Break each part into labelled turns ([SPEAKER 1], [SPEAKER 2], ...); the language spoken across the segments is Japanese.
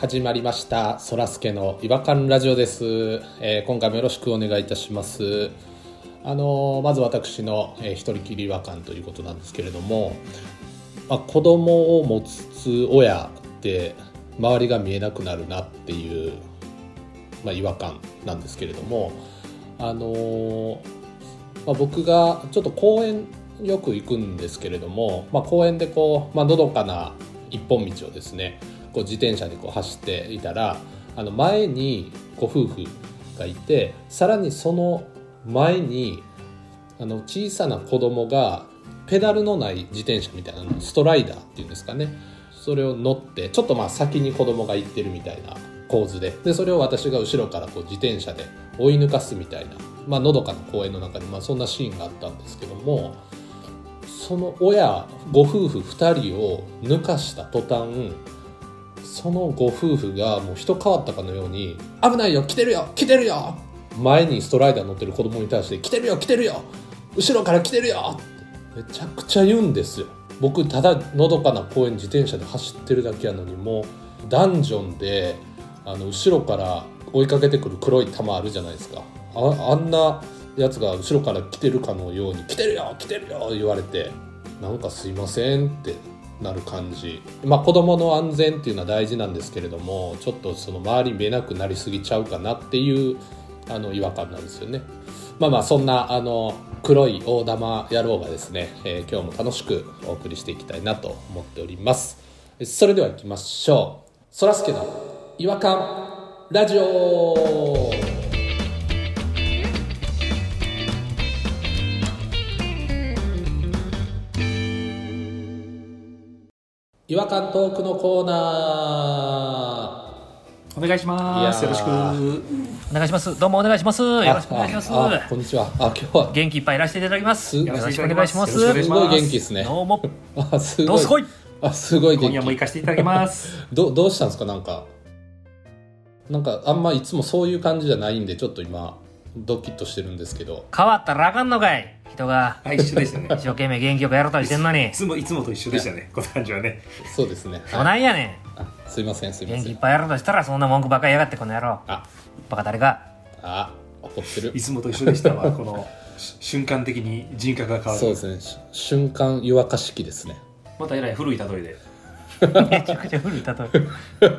[SPEAKER 1] 始まりましたそらすけの違和感ラジオです、えー今回もよろしくお願いいたしますあのーまず私の、えー一人きり違和感ということなんですけれども、まあ、子供を持ちつつ親って周りが見えなくなるなっていう、まあ、違和感なんですけれどもあのーまあ、僕がちょっと公園よく行くんですけれども、まあ、公園でこう、まあのどかな一本道をですねこう自転車でこう走っていたらあの前にご夫婦がいてさらにその前にあの小さな子供がペダルのない自転車みたいなのストライダーっていうんですかねそれを乗ってちょっとまあ先に子供が行ってるみたいな構図ででそれを私が後ろからこう自転車で追い抜かすみたいな、まあのどかな公園の中で、まあ、そんなシーンがあったんですけどもその親ご夫婦2人を抜かした途端そのご夫婦がもう人変わったかのように「危ないよ来てるよ来てるよ!」前にストライダー乗ってる子供に対して「来てるよ来てるよ後ろから来てるよ!」ってめちゃくちゃ言うんですよ僕ただのどかな公園自転車で走ってるだけやのにもうダンジョンであの後ろから追いかけてくる黒い玉あるじゃないですかああんなやつが後ろから来てるかのように「来てるよ来てるよ!」言われてなんかすいませんってなる感じまあ子供の安全っていうのは大事なんですけれどもちょっとその周り見えなくなりすぎちゃうかなっていうあの違和感なんですよねまあまあそんなあの黒い大玉野郎がですね、えー今日も楽しくお送りしていきたいなと思っておりますそれでは行きましょうそらすけの違和感ラジオ違和感トークのコーナー
[SPEAKER 2] お願いしま
[SPEAKER 1] い
[SPEAKER 2] す。
[SPEAKER 1] や
[SPEAKER 2] よろしく。
[SPEAKER 1] ー
[SPEAKER 3] お願いします。どうもお願いします。よろしくお願いし
[SPEAKER 1] あああ
[SPEAKER 3] ま
[SPEAKER 1] こ
[SPEAKER 3] す。
[SPEAKER 1] んにちは。あ、今日は
[SPEAKER 3] 元気いっぱいいらしていただきます。
[SPEAKER 1] す
[SPEAKER 3] よろしくお願いします。
[SPEAKER 2] よろ
[SPEAKER 1] す
[SPEAKER 2] しくお願いし
[SPEAKER 3] ど
[SPEAKER 2] ま
[SPEAKER 1] ごい元気ですね。
[SPEAKER 3] うも。
[SPEAKER 1] あ、す
[SPEAKER 3] ど
[SPEAKER 1] ご
[SPEAKER 3] う
[SPEAKER 1] い。
[SPEAKER 3] すこい。
[SPEAKER 1] あ、すごい
[SPEAKER 2] 今
[SPEAKER 1] 元
[SPEAKER 2] 夜も
[SPEAKER 1] 気。
[SPEAKER 2] 行かせていただき ます。
[SPEAKER 1] どうどうしたんですかなんか。なんかあんまいつもそういう感じじゃないんでちょっと今ドキッとしてるんですけど。
[SPEAKER 3] 変わったらあかんのかい。人が
[SPEAKER 2] あ、一緒でしたね。
[SPEAKER 3] 一生懸命元気よくやろうとしてんのに
[SPEAKER 2] い。つもいつもと一緒でしたね。この感じはね。
[SPEAKER 1] そうですね。
[SPEAKER 3] ど
[SPEAKER 1] はい
[SPEAKER 3] ないやね
[SPEAKER 1] あすいませんすい
[SPEAKER 3] ん。
[SPEAKER 1] ま
[SPEAKER 3] 元気
[SPEAKER 1] せ
[SPEAKER 3] いっ
[SPEAKER 1] ん。
[SPEAKER 3] ぱいやろうとしたらそんな文句ばっかりやがってこの野郎。
[SPEAKER 1] あ、
[SPEAKER 3] バカ誰か。
[SPEAKER 1] あ、怒ってる
[SPEAKER 2] い。つもと一緒でした わ。このし瞬間的に人格が変わ
[SPEAKER 1] そう
[SPEAKER 2] る
[SPEAKER 1] で。すね。し瞬間湯沸かし器ですね。
[SPEAKER 2] またえらい古い例えで。
[SPEAKER 3] めちゃくちゃ古い例え。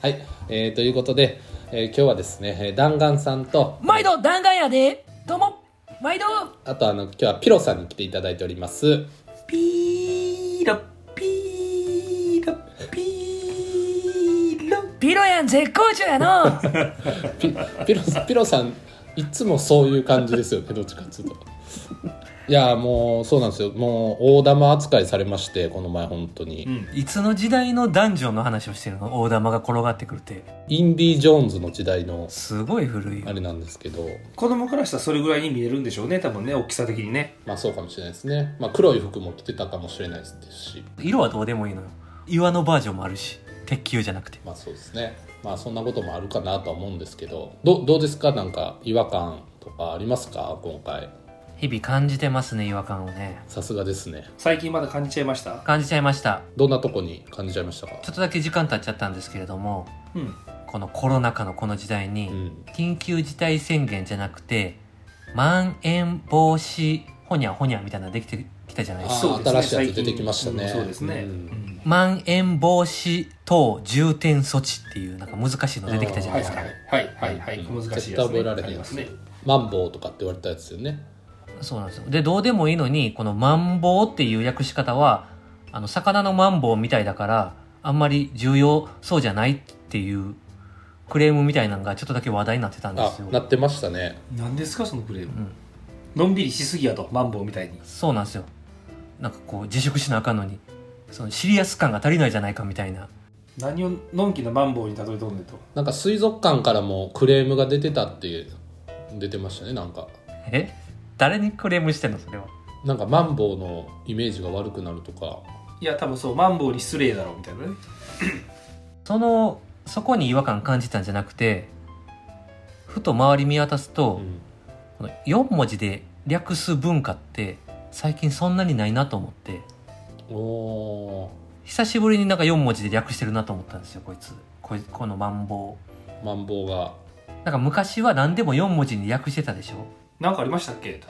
[SPEAKER 1] はい、えーということで、えー今日はですね、えー弾丸さんと
[SPEAKER 3] 毎度弾丸やで。どうも。毎度。
[SPEAKER 1] あとあの今日はピロさんに来ていただいております。
[SPEAKER 2] ピーロピーロピーロ。
[SPEAKER 3] ピロやん絶好調やの。
[SPEAKER 1] ピピロピロさんいつもそういう感じですよねどっちかっていうといやもうそうなんですよもう大玉扱いされましてこの前本当に、
[SPEAKER 2] うん。
[SPEAKER 3] いつの時代のダンジョンの話をしてるの大玉が転がってくるって
[SPEAKER 1] インディ・ジョーンズの時代の
[SPEAKER 3] すごい古いよ
[SPEAKER 1] あれなんですけど
[SPEAKER 2] 子供からしたらそれぐらいに見えるんでしょうね。多分ね、大きさ的にね。
[SPEAKER 1] まあそうかもしれないですね、まあ、黒い服も着てたかもしれないですし
[SPEAKER 3] 色はどうでもいいのよ岩のバージョンもあるし鉄球じゃなくて
[SPEAKER 1] まあそうですねまあそんなこともあるかなとは思うんですけどどどうですかなんか違和感とかありますか今回
[SPEAKER 3] 日々感じてますね違和感をね
[SPEAKER 1] さすがですね
[SPEAKER 2] 最近まだ感じちゃいました。
[SPEAKER 3] 感じちゃいました
[SPEAKER 1] どんなとこに感じちゃいましたか
[SPEAKER 3] ちょっとだけ時間経っちゃったんですけれども
[SPEAKER 2] うん。
[SPEAKER 3] このコロナ禍のこの時代に、
[SPEAKER 1] うん
[SPEAKER 3] 緊急事態宣言じゃなくてまん延防止ほにゃほにゃみたいなのできてきたじゃない
[SPEAKER 1] あ
[SPEAKER 3] ですか
[SPEAKER 2] そう
[SPEAKER 1] ー
[SPEAKER 2] です
[SPEAKER 1] 新
[SPEAKER 2] ね
[SPEAKER 1] しいやつ出てきましたね、
[SPEAKER 2] 最近うんそうですね
[SPEAKER 1] ん
[SPEAKER 3] まん延防止等重点措置っていうなんか難しいの出てきたじゃな
[SPEAKER 2] はいい
[SPEAKER 3] ですか、
[SPEAKER 2] はいはいはいはい。
[SPEAKER 1] うん
[SPEAKER 2] 難しいやつ、ね。
[SPEAKER 1] 絶対覚えられへん
[SPEAKER 2] あり
[SPEAKER 1] や
[SPEAKER 2] ま
[SPEAKER 1] つ
[SPEAKER 2] すね。
[SPEAKER 1] マンボウとかって言われたやつよね
[SPEAKER 3] そうなんですよでどうでもいいのにこの「マンボウ」っていう訳し方はあの魚のマンボウみたいだからあんまり重要そうじゃないっていうクレームみたいなのがちょっとだけ話題になってたんで
[SPEAKER 1] あ
[SPEAKER 3] すよ
[SPEAKER 1] なってましたね
[SPEAKER 2] 何ですかそのクレーム、
[SPEAKER 3] ん
[SPEAKER 2] のんびりしすぎやとマンボウみたいに
[SPEAKER 3] そうなんですよなんかこう自粛しなあかんのにそのシリアス感が足りないじゃないかみたいな
[SPEAKER 2] 何をのんきなマンボウに例えとんねんと
[SPEAKER 1] なんか水族館からもクレームが出てたって出てましたねなんか
[SPEAKER 3] え誰にクレームしてんのそれは
[SPEAKER 1] なんかマンボウのイメージが悪くなるとか
[SPEAKER 2] いや多分そうマンボウに失礼だろうみたいなね
[SPEAKER 3] そのそこに違和感感じたんじゃなくてふと周り見渡すと、
[SPEAKER 1] うん
[SPEAKER 3] この4文字で略す文化って最近そんなにないなと思って
[SPEAKER 1] お
[SPEAKER 3] 久しぶりになんか4文字で略してるなと思ったんですよこいつこいこのマンボ
[SPEAKER 1] マンボウが
[SPEAKER 3] ウなんか昔は何でも4文字に略してたでしょ
[SPEAKER 2] なんかありましたっけ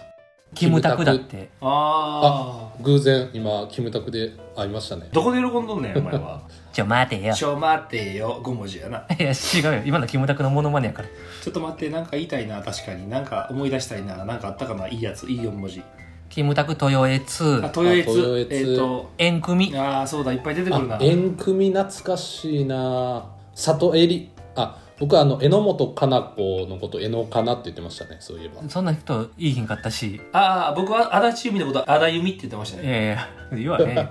[SPEAKER 3] キムタクだって
[SPEAKER 2] ああ
[SPEAKER 1] 偶然今キムタクで会いましたね
[SPEAKER 2] どこで喜んどんねんお前は
[SPEAKER 3] ちょ待てよ
[SPEAKER 2] ちょ待てよ5文字やない
[SPEAKER 3] や違うよ今のキムタクのモノマネやから
[SPEAKER 2] ちょっと待ってなんか言いたいな確かになんか思い出したいななんかあったかないいやついい4文字
[SPEAKER 3] キムタク豊
[SPEAKER 2] あ
[SPEAKER 3] 栄2
[SPEAKER 2] 豊悦
[SPEAKER 1] 豊悦
[SPEAKER 2] えっ、と
[SPEAKER 3] 縁組
[SPEAKER 2] ああそうだいっぱい出てくるな
[SPEAKER 1] あ縁組懐かしいな里襟あ僕はあの榎本かな子のこと榎かなって言ってましたねそういえば
[SPEAKER 3] そんな人いいひんかったし
[SPEAKER 2] ああ僕は足立由美のこと足立由美って言ってました
[SPEAKER 3] い
[SPEAKER 2] ね
[SPEAKER 3] やいや言わね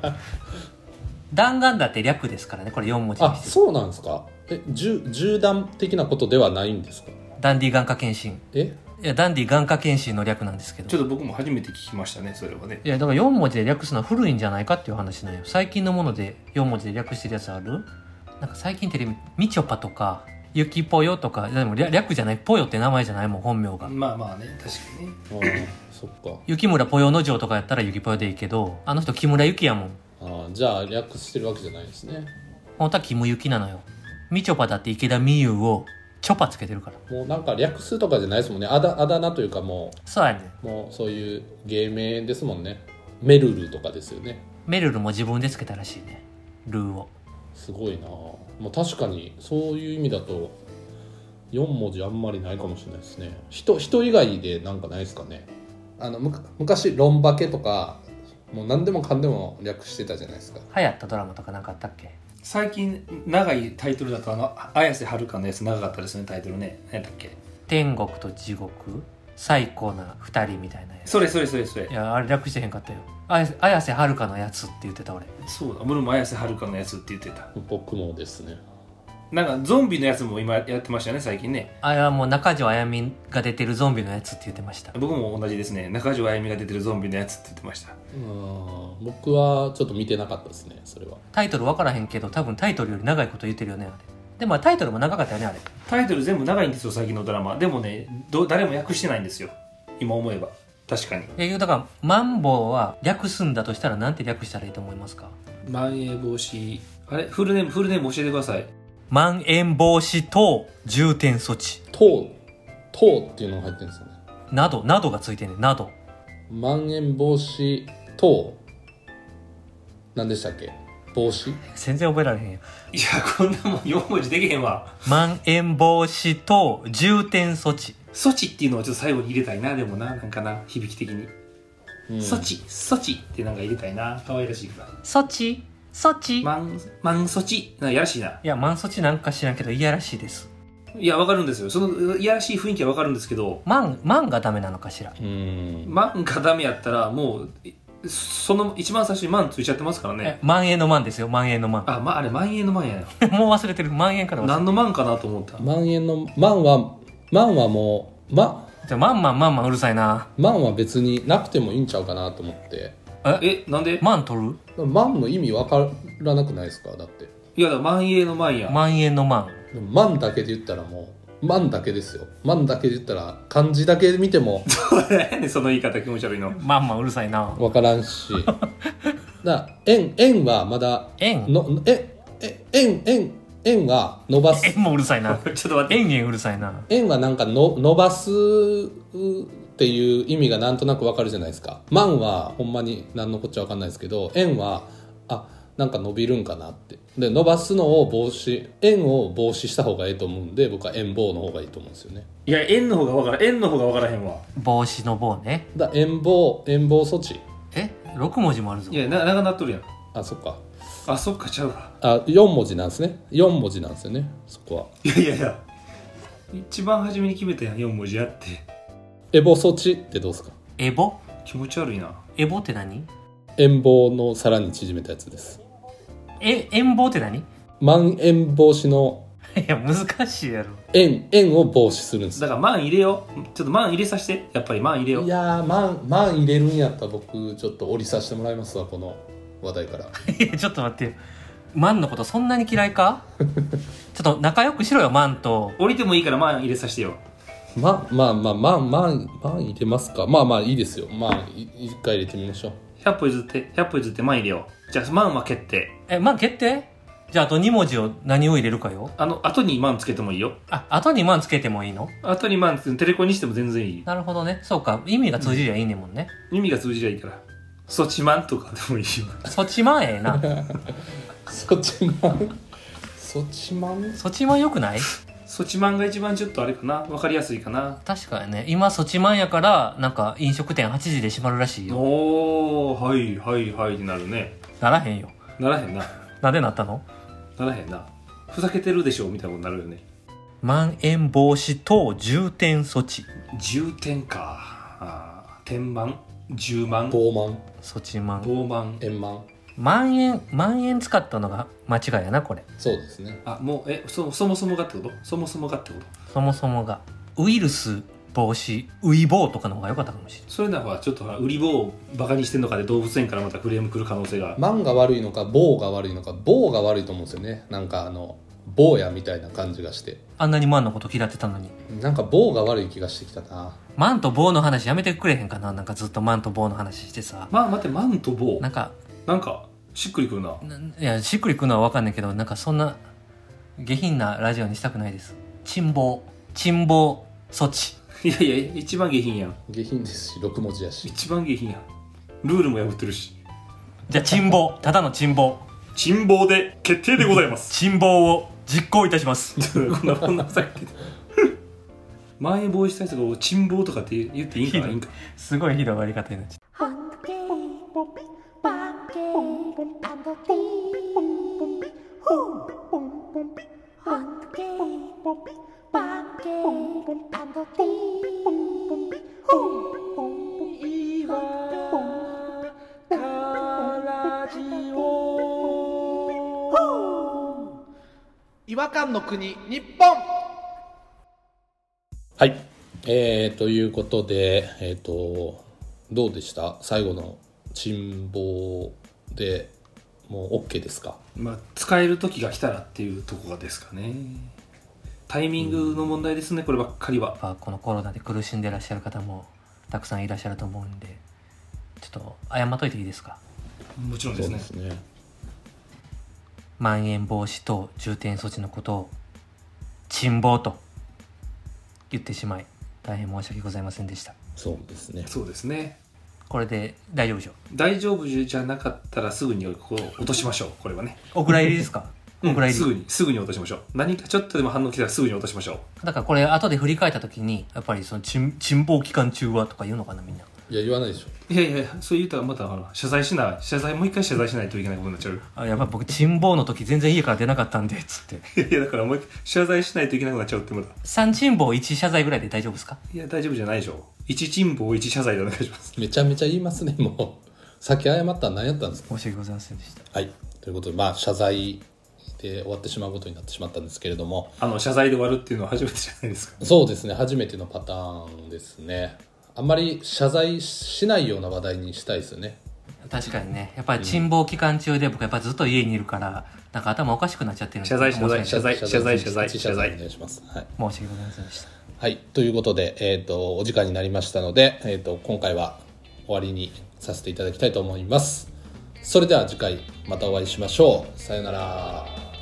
[SPEAKER 3] 弾丸だって略ですからねこれ4文字に
[SPEAKER 1] あ
[SPEAKER 3] して
[SPEAKER 1] そうなんですかえ銃銃弾的なことではないんですか
[SPEAKER 3] ダンディ眼科検診
[SPEAKER 1] え
[SPEAKER 3] いやダンディ眼科検診の略なんですけど
[SPEAKER 2] ちょっと僕も初めて聞きましたねそれはね
[SPEAKER 3] いやだから4文字で略すのは古いんじゃないかっていう話なんよ最近のもので4文字で略してるやつあるなんか最近テレビみちょぱとかゆきぽよとかいやでも略略じゃないぽよって名前じゃないもん本名が
[SPEAKER 2] まあまあね確かにね
[SPEAKER 1] ああそっか
[SPEAKER 3] 雪村ぽよの城とかやったらゆきぽよでいいけどあの人木村ゆきやもん
[SPEAKER 1] ああじゃあ略してるわけじゃないですね
[SPEAKER 3] 本当はキムゆきなのよみちょぱだって池田美優をチョパつけてるから
[SPEAKER 1] もうなんか略すとかじゃないですもんねあだあだ名というかも
[SPEAKER 3] そうやね
[SPEAKER 1] う
[SPEAKER 3] ん
[SPEAKER 1] もうそういう芸名ですもんねメルルとかですよね
[SPEAKER 3] めるるも自分でつけたらしいねルーを
[SPEAKER 1] すごいなもう確かにそういう意味だと4文字あんまりないかもしれないですね人人以外でなんかないですかねあのむか昔「ロンバケ」とかもう何でもかんでも略してたじゃないですか
[SPEAKER 3] 流行ったドラマとかなんかあったっけ
[SPEAKER 2] 最近長いタイトルだとあの綾瀬はるかのやつ長かったですねタイトルね何だっけ
[SPEAKER 3] 天国と地獄最高な2人みたいなやつ
[SPEAKER 2] それそれそれそれ
[SPEAKER 3] いやあれ略してへんかったよあ綾瀬はるかのやつって言ってた俺
[SPEAKER 2] そうだ俺も綾瀬はるかのやつって言ってた
[SPEAKER 1] 僕もですね
[SPEAKER 2] なんかゾンビのやつも今やってましたよね最近ね
[SPEAKER 3] あれはもう中条あやみが出てるゾンビのやつって言ってました
[SPEAKER 2] 僕も同じですね中条あやみが出てるゾンビのやつって言ってました
[SPEAKER 1] うん僕はちょっと見てなかったですねそれは
[SPEAKER 3] タイトル分からへんけど多分タイトルより長いこと言ってるよねあれでもタイトルも長かったよねあれ
[SPEAKER 2] タイトル全部長いんですよ最近のドラマでもねど誰も訳してないんですよ今思えば確かに
[SPEAKER 3] えだからマンボウは略すんだとしたらなんて略したらいいと思いますか
[SPEAKER 2] まん延防止あれフルネームフルネーム教えてください
[SPEAKER 3] まん延防止等重点措置
[SPEAKER 1] 「糖」「糖」っていうのが入ってるんですよね
[SPEAKER 3] などなどがついてんねんなど
[SPEAKER 1] まん延防止等何でしたっけ防止
[SPEAKER 3] 全然覚えられへんよ
[SPEAKER 2] いやこんなもん4文字できへんわ
[SPEAKER 3] まん延防止等重点措置
[SPEAKER 2] 措置っていうのをちょっと最後に入れたいなでもななんかな響き的に、
[SPEAKER 1] うん
[SPEAKER 2] 措置措置ってなんか入れたいな可愛らしいから
[SPEAKER 3] 措置措置
[SPEAKER 2] マンマン措置なんかやらしいない
[SPEAKER 3] や、満措置なんか知らんけど、いやらしいです。
[SPEAKER 2] いやわかるんですよそのいやらしい雰囲気はわかるんですけど
[SPEAKER 3] 満、満がダメなのかしら。
[SPEAKER 1] うん
[SPEAKER 2] マンがダメやったらもういその一番最初にマンついちゃってますからね
[SPEAKER 3] え、万円の万ですよ、万円の万。
[SPEAKER 2] あ、まあれ万円の万やよ
[SPEAKER 3] もう忘れてる、万円から忘れて
[SPEAKER 2] 何の万かなと思った
[SPEAKER 1] まん延のまんはまんはもうま
[SPEAKER 3] る。じゃあ、万万万万うるさいな。
[SPEAKER 1] まんは別になくてもいいんちゃうかなと思って
[SPEAKER 2] えなんで
[SPEAKER 3] 万取る
[SPEAKER 1] まんの意味わからなくないですかだって
[SPEAKER 2] いやだから万円の万や
[SPEAKER 3] 万円の万。
[SPEAKER 1] でもまんだけで言ったらもうまんだけですよまんだけで言ったら漢字だけ見ても
[SPEAKER 2] 何や ねんその言い方気持ち悪いの
[SPEAKER 3] 万万うるさいな。
[SPEAKER 1] わからんし だから円円はまだ
[SPEAKER 3] 円
[SPEAKER 1] のええ円円円は伸ばす
[SPEAKER 3] 円もうるさい
[SPEAKER 2] ち
[SPEAKER 3] な。
[SPEAKER 2] ょっと待って
[SPEAKER 3] 円円うるさいな。
[SPEAKER 1] 円はなんかの伸ばすっていう意味がなんとなくわかるじゃないですか。万はほんまに何のこっちゃわかんないですけど、円は、あ、なんか伸びるんかなって。で、伸ばすのを防止、円を防止した方がいいと思うんで、僕は円棒の方がいいと思うんですよね。
[SPEAKER 2] いや円の方がわからん円の方がわからへんわ
[SPEAKER 3] 帽子の棒ね。
[SPEAKER 1] だから円棒、円棒措置。
[SPEAKER 3] え ?6 文字もあるぞ
[SPEAKER 2] い。やな長なっとるやん
[SPEAKER 1] あ、そっか。
[SPEAKER 2] あそっかちゃうわ
[SPEAKER 1] あ、4文字なんですね。4文字なんですよね、そこは。
[SPEAKER 2] いやいやいや一番初めに決めたやん4文字やって
[SPEAKER 1] エボ措置ってどうですか
[SPEAKER 3] エボ
[SPEAKER 2] 気持ち悪いな
[SPEAKER 3] エボって何
[SPEAKER 1] 円棒のさらに縮めたやつです。
[SPEAKER 3] え、円棒って何 い
[SPEAKER 1] まん延防止の
[SPEAKER 3] や、難しいやろ。
[SPEAKER 1] 円、円を防止するんです
[SPEAKER 2] だから万入れようちょっと万入れさせてやっぱり万入れよ
[SPEAKER 1] いうやーマンマン入れるんやったら僕ちょっと折りさせてもらいますわこの話題 から
[SPEAKER 3] いや、ちょっと待ってよ。万のことそんなに嫌い かちょっと仲良くしろよ、万と。
[SPEAKER 2] 降りてもいいから万入れさせてよ
[SPEAKER 1] ままあまあまあまあまあ入れますかまあまあいいですよまあい一回入れてみましょう
[SPEAKER 2] 100歩譲って、100歩譲って万入れよう。じゃあ万は決定。
[SPEAKER 3] え、まあ決定じゃああと2文字を何を入れるかよ。
[SPEAKER 2] あの、後に万つけてもいいよ。
[SPEAKER 3] あ、あと2万つけてもいいの
[SPEAKER 2] 後に万つけて、テレコにしても全然いい。
[SPEAKER 3] なるほどね。そうか。意味が通じりゃいいねんもんね。
[SPEAKER 2] 意味が通じりゃいいから。そち万とかでもいいよ。
[SPEAKER 3] そっちまんええ な。
[SPEAKER 1] そっちまんそっちまん
[SPEAKER 3] そっちまん良くない
[SPEAKER 2] そち万が一番ちょっとあれかな。わかりやすいかな。
[SPEAKER 3] 確かにね。今そっちまんやから、なんか飲食店8時で閉まるらしいよ。
[SPEAKER 2] おー、はいはいはいってなるね。
[SPEAKER 3] ならへんよ。
[SPEAKER 2] ならへんな。
[SPEAKER 3] なんでなったの
[SPEAKER 2] ならへんな。ふざけてるでしょみたいなことになるよね。
[SPEAKER 3] まん延防止等重点措置。
[SPEAKER 2] 重点か。あー天満十万
[SPEAKER 1] 傲慢
[SPEAKER 3] 措置まん。
[SPEAKER 2] 傲万
[SPEAKER 1] 円満
[SPEAKER 3] まん延、まん延使ったのが間違いやな、これ。
[SPEAKER 1] そうですね
[SPEAKER 2] あ、もう、え、そそもそもがってことそもそもがってこと
[SPEAKER 3] そもそもが。ウイルス防止、ウイボーとかの方が良かったかもしれない。
[SPEAKER 2] それならばちょっとほら売り棒をバカにしてんのかで動物園からまたクレーム来る可能性が
[SPEAKER 1] 万が悪いのか棒が悪いのか棒が悪いと思うんですよねなんかあの坊やみたいな感じがして
[SPEAKER 3] あんなにマンのこと嫌ってたのに。
[SPEAKER 1] なんか棒が悪い気がしてきたな
[SPEAKER 3] マンとボウの話やめてくれへんかななんかずっとマンとボウの話してさ。
[SPEAKER 2] まあ待ってマンと棒
[SPEAKER 3] なんか、
[SPEAKER 2] なんかしっくりくるな
[SPEAKER 3] ないや、しっくりくるのはわかんないけど、なんかそんな、下品なラジオにしたくないです。沈暴。沈暴措置。
[SPEAKER 2] いやいや一番下品やん
[SPEAKER 1] 下品ですし6文字やし
[SPEAKER 2] 一番下品やんルールも破ってるし
[SPEAKER 3] じゃあ沈 暴。ただの沈暴。
[SPEAKER 2] 珍暴で決定でございます
[SPEAKER 3] 沈暴を実行いたします。
[SPEAKER 2] こんなこんなふざけてまん延防止対策を珍暴とかって言っていいんかないいんか
[SPEAKER 3] すごいひどい終わり方になっちゃっ
[SPEAKER 4] Hunky,
[SPEAKER 5] 違和感の国日本
[SPEAKER 1] はいえー、ということでえっ、とどうでした最後の沈暴でもう OK ですか
[SPEAKER 2] まあ使える時が来たらっていうとこがですかねタイミングの問題ですねこればっかりは
[SPEAKER 3] ぱこのコロナで苦しんでらっしゃる方もたくさんいらっしゃると思うんで、ちょっと謝っといていいですか。
[SPEAKER 2] もちろんですね
[SPEAKER 1] ね
[SPEAKER 3] まん延防止等重点措置のことを、沈暴と言ってしまい、大変申し訳ございませんでした。
[SPEAKER 1] そうですね
[SPEAKER 2] そうですね
[SPEAKER 3] これで大丈夫でしょ
[SPEAKER 2] 大丈夫じゃなかったらすぐにここを落としましょうこれはね、
[SPEAKER 3] お蔵入りですか
[SPEAKER 2] う
[SPEAKER 3] お蔵
[SPEAKER 2] ん、
[SPEAKER 3] 入
[SPEAKER 2] す
[SPEAKER 3] り、
[SPEAKER 2] ぐにすぐに落としましょう何かちょっとでも反応来たらすぐに落としましょ
[SPEAKER 3] だからこれ後で振り返った時にやっぱりその沈沈黙期間中はとか言うのかなみんない
[SPEAKER 1] や言わないでしょ
[SPEAKER 2] ういやいやそう言うたらまたあの謝罪しな謝罪もう一回謝罪しないといけないことになっちゃう
[SPEAKER 3] あやっぱ僕沈黙の時全然家から出なかったんでつって
[SPEAKER 2] いやいやだからもう一回謝罪しないといけなくなっちゃうってまだ
[SPEAKER 3] 3沈黙1謝罪ぐらいで大丈夫ですか
[SPEAKER 2] いや大丈夫じゃないでしょう一珍抱一謝罪でお願いします
[SPEAKER 1] めちゃめちゃ言いますね もうさっき謝ったの何やったんですか
[SPEAKER 3] 申し訳ございませんでした
[SPEAKER 1] はいということでまあ謝罪で終わってしまうことになってしまったんですけれども
[SPEAKER 2] あの謝罪で終わるっていうのは初めてじゃないですか
[SPEAKER 1] そうですね初めてのパターンですねあんまり謝罪しないような話題にしたいですよね
[SPEAKER 3] 確かにねやっぱり沈黙期間中で僕やっぱずっと家にいるからなんか頭おかしくなっちゃってるんで
[SPEAKER 2] 謝罪謝罪
[SPEAKER 3] 申し訳な
[SPEAKER 2] 罪
[SPEAKER 3] い
[SPEAKER 2] 謝罪謝罪
[SPEAKER 1] 謝罪
[SPEAKER 2] 謝罪
[SPEAKER 1] お願いしますはい、
[SPEAKER 3] 申し訳ございませんでした
[SPEAKER 1] はい、ということで、えー、とお時間になりましたので、えー、と今回は終わりにさせていただきたいと思いますそれでは次回またお会いしましょうさようなら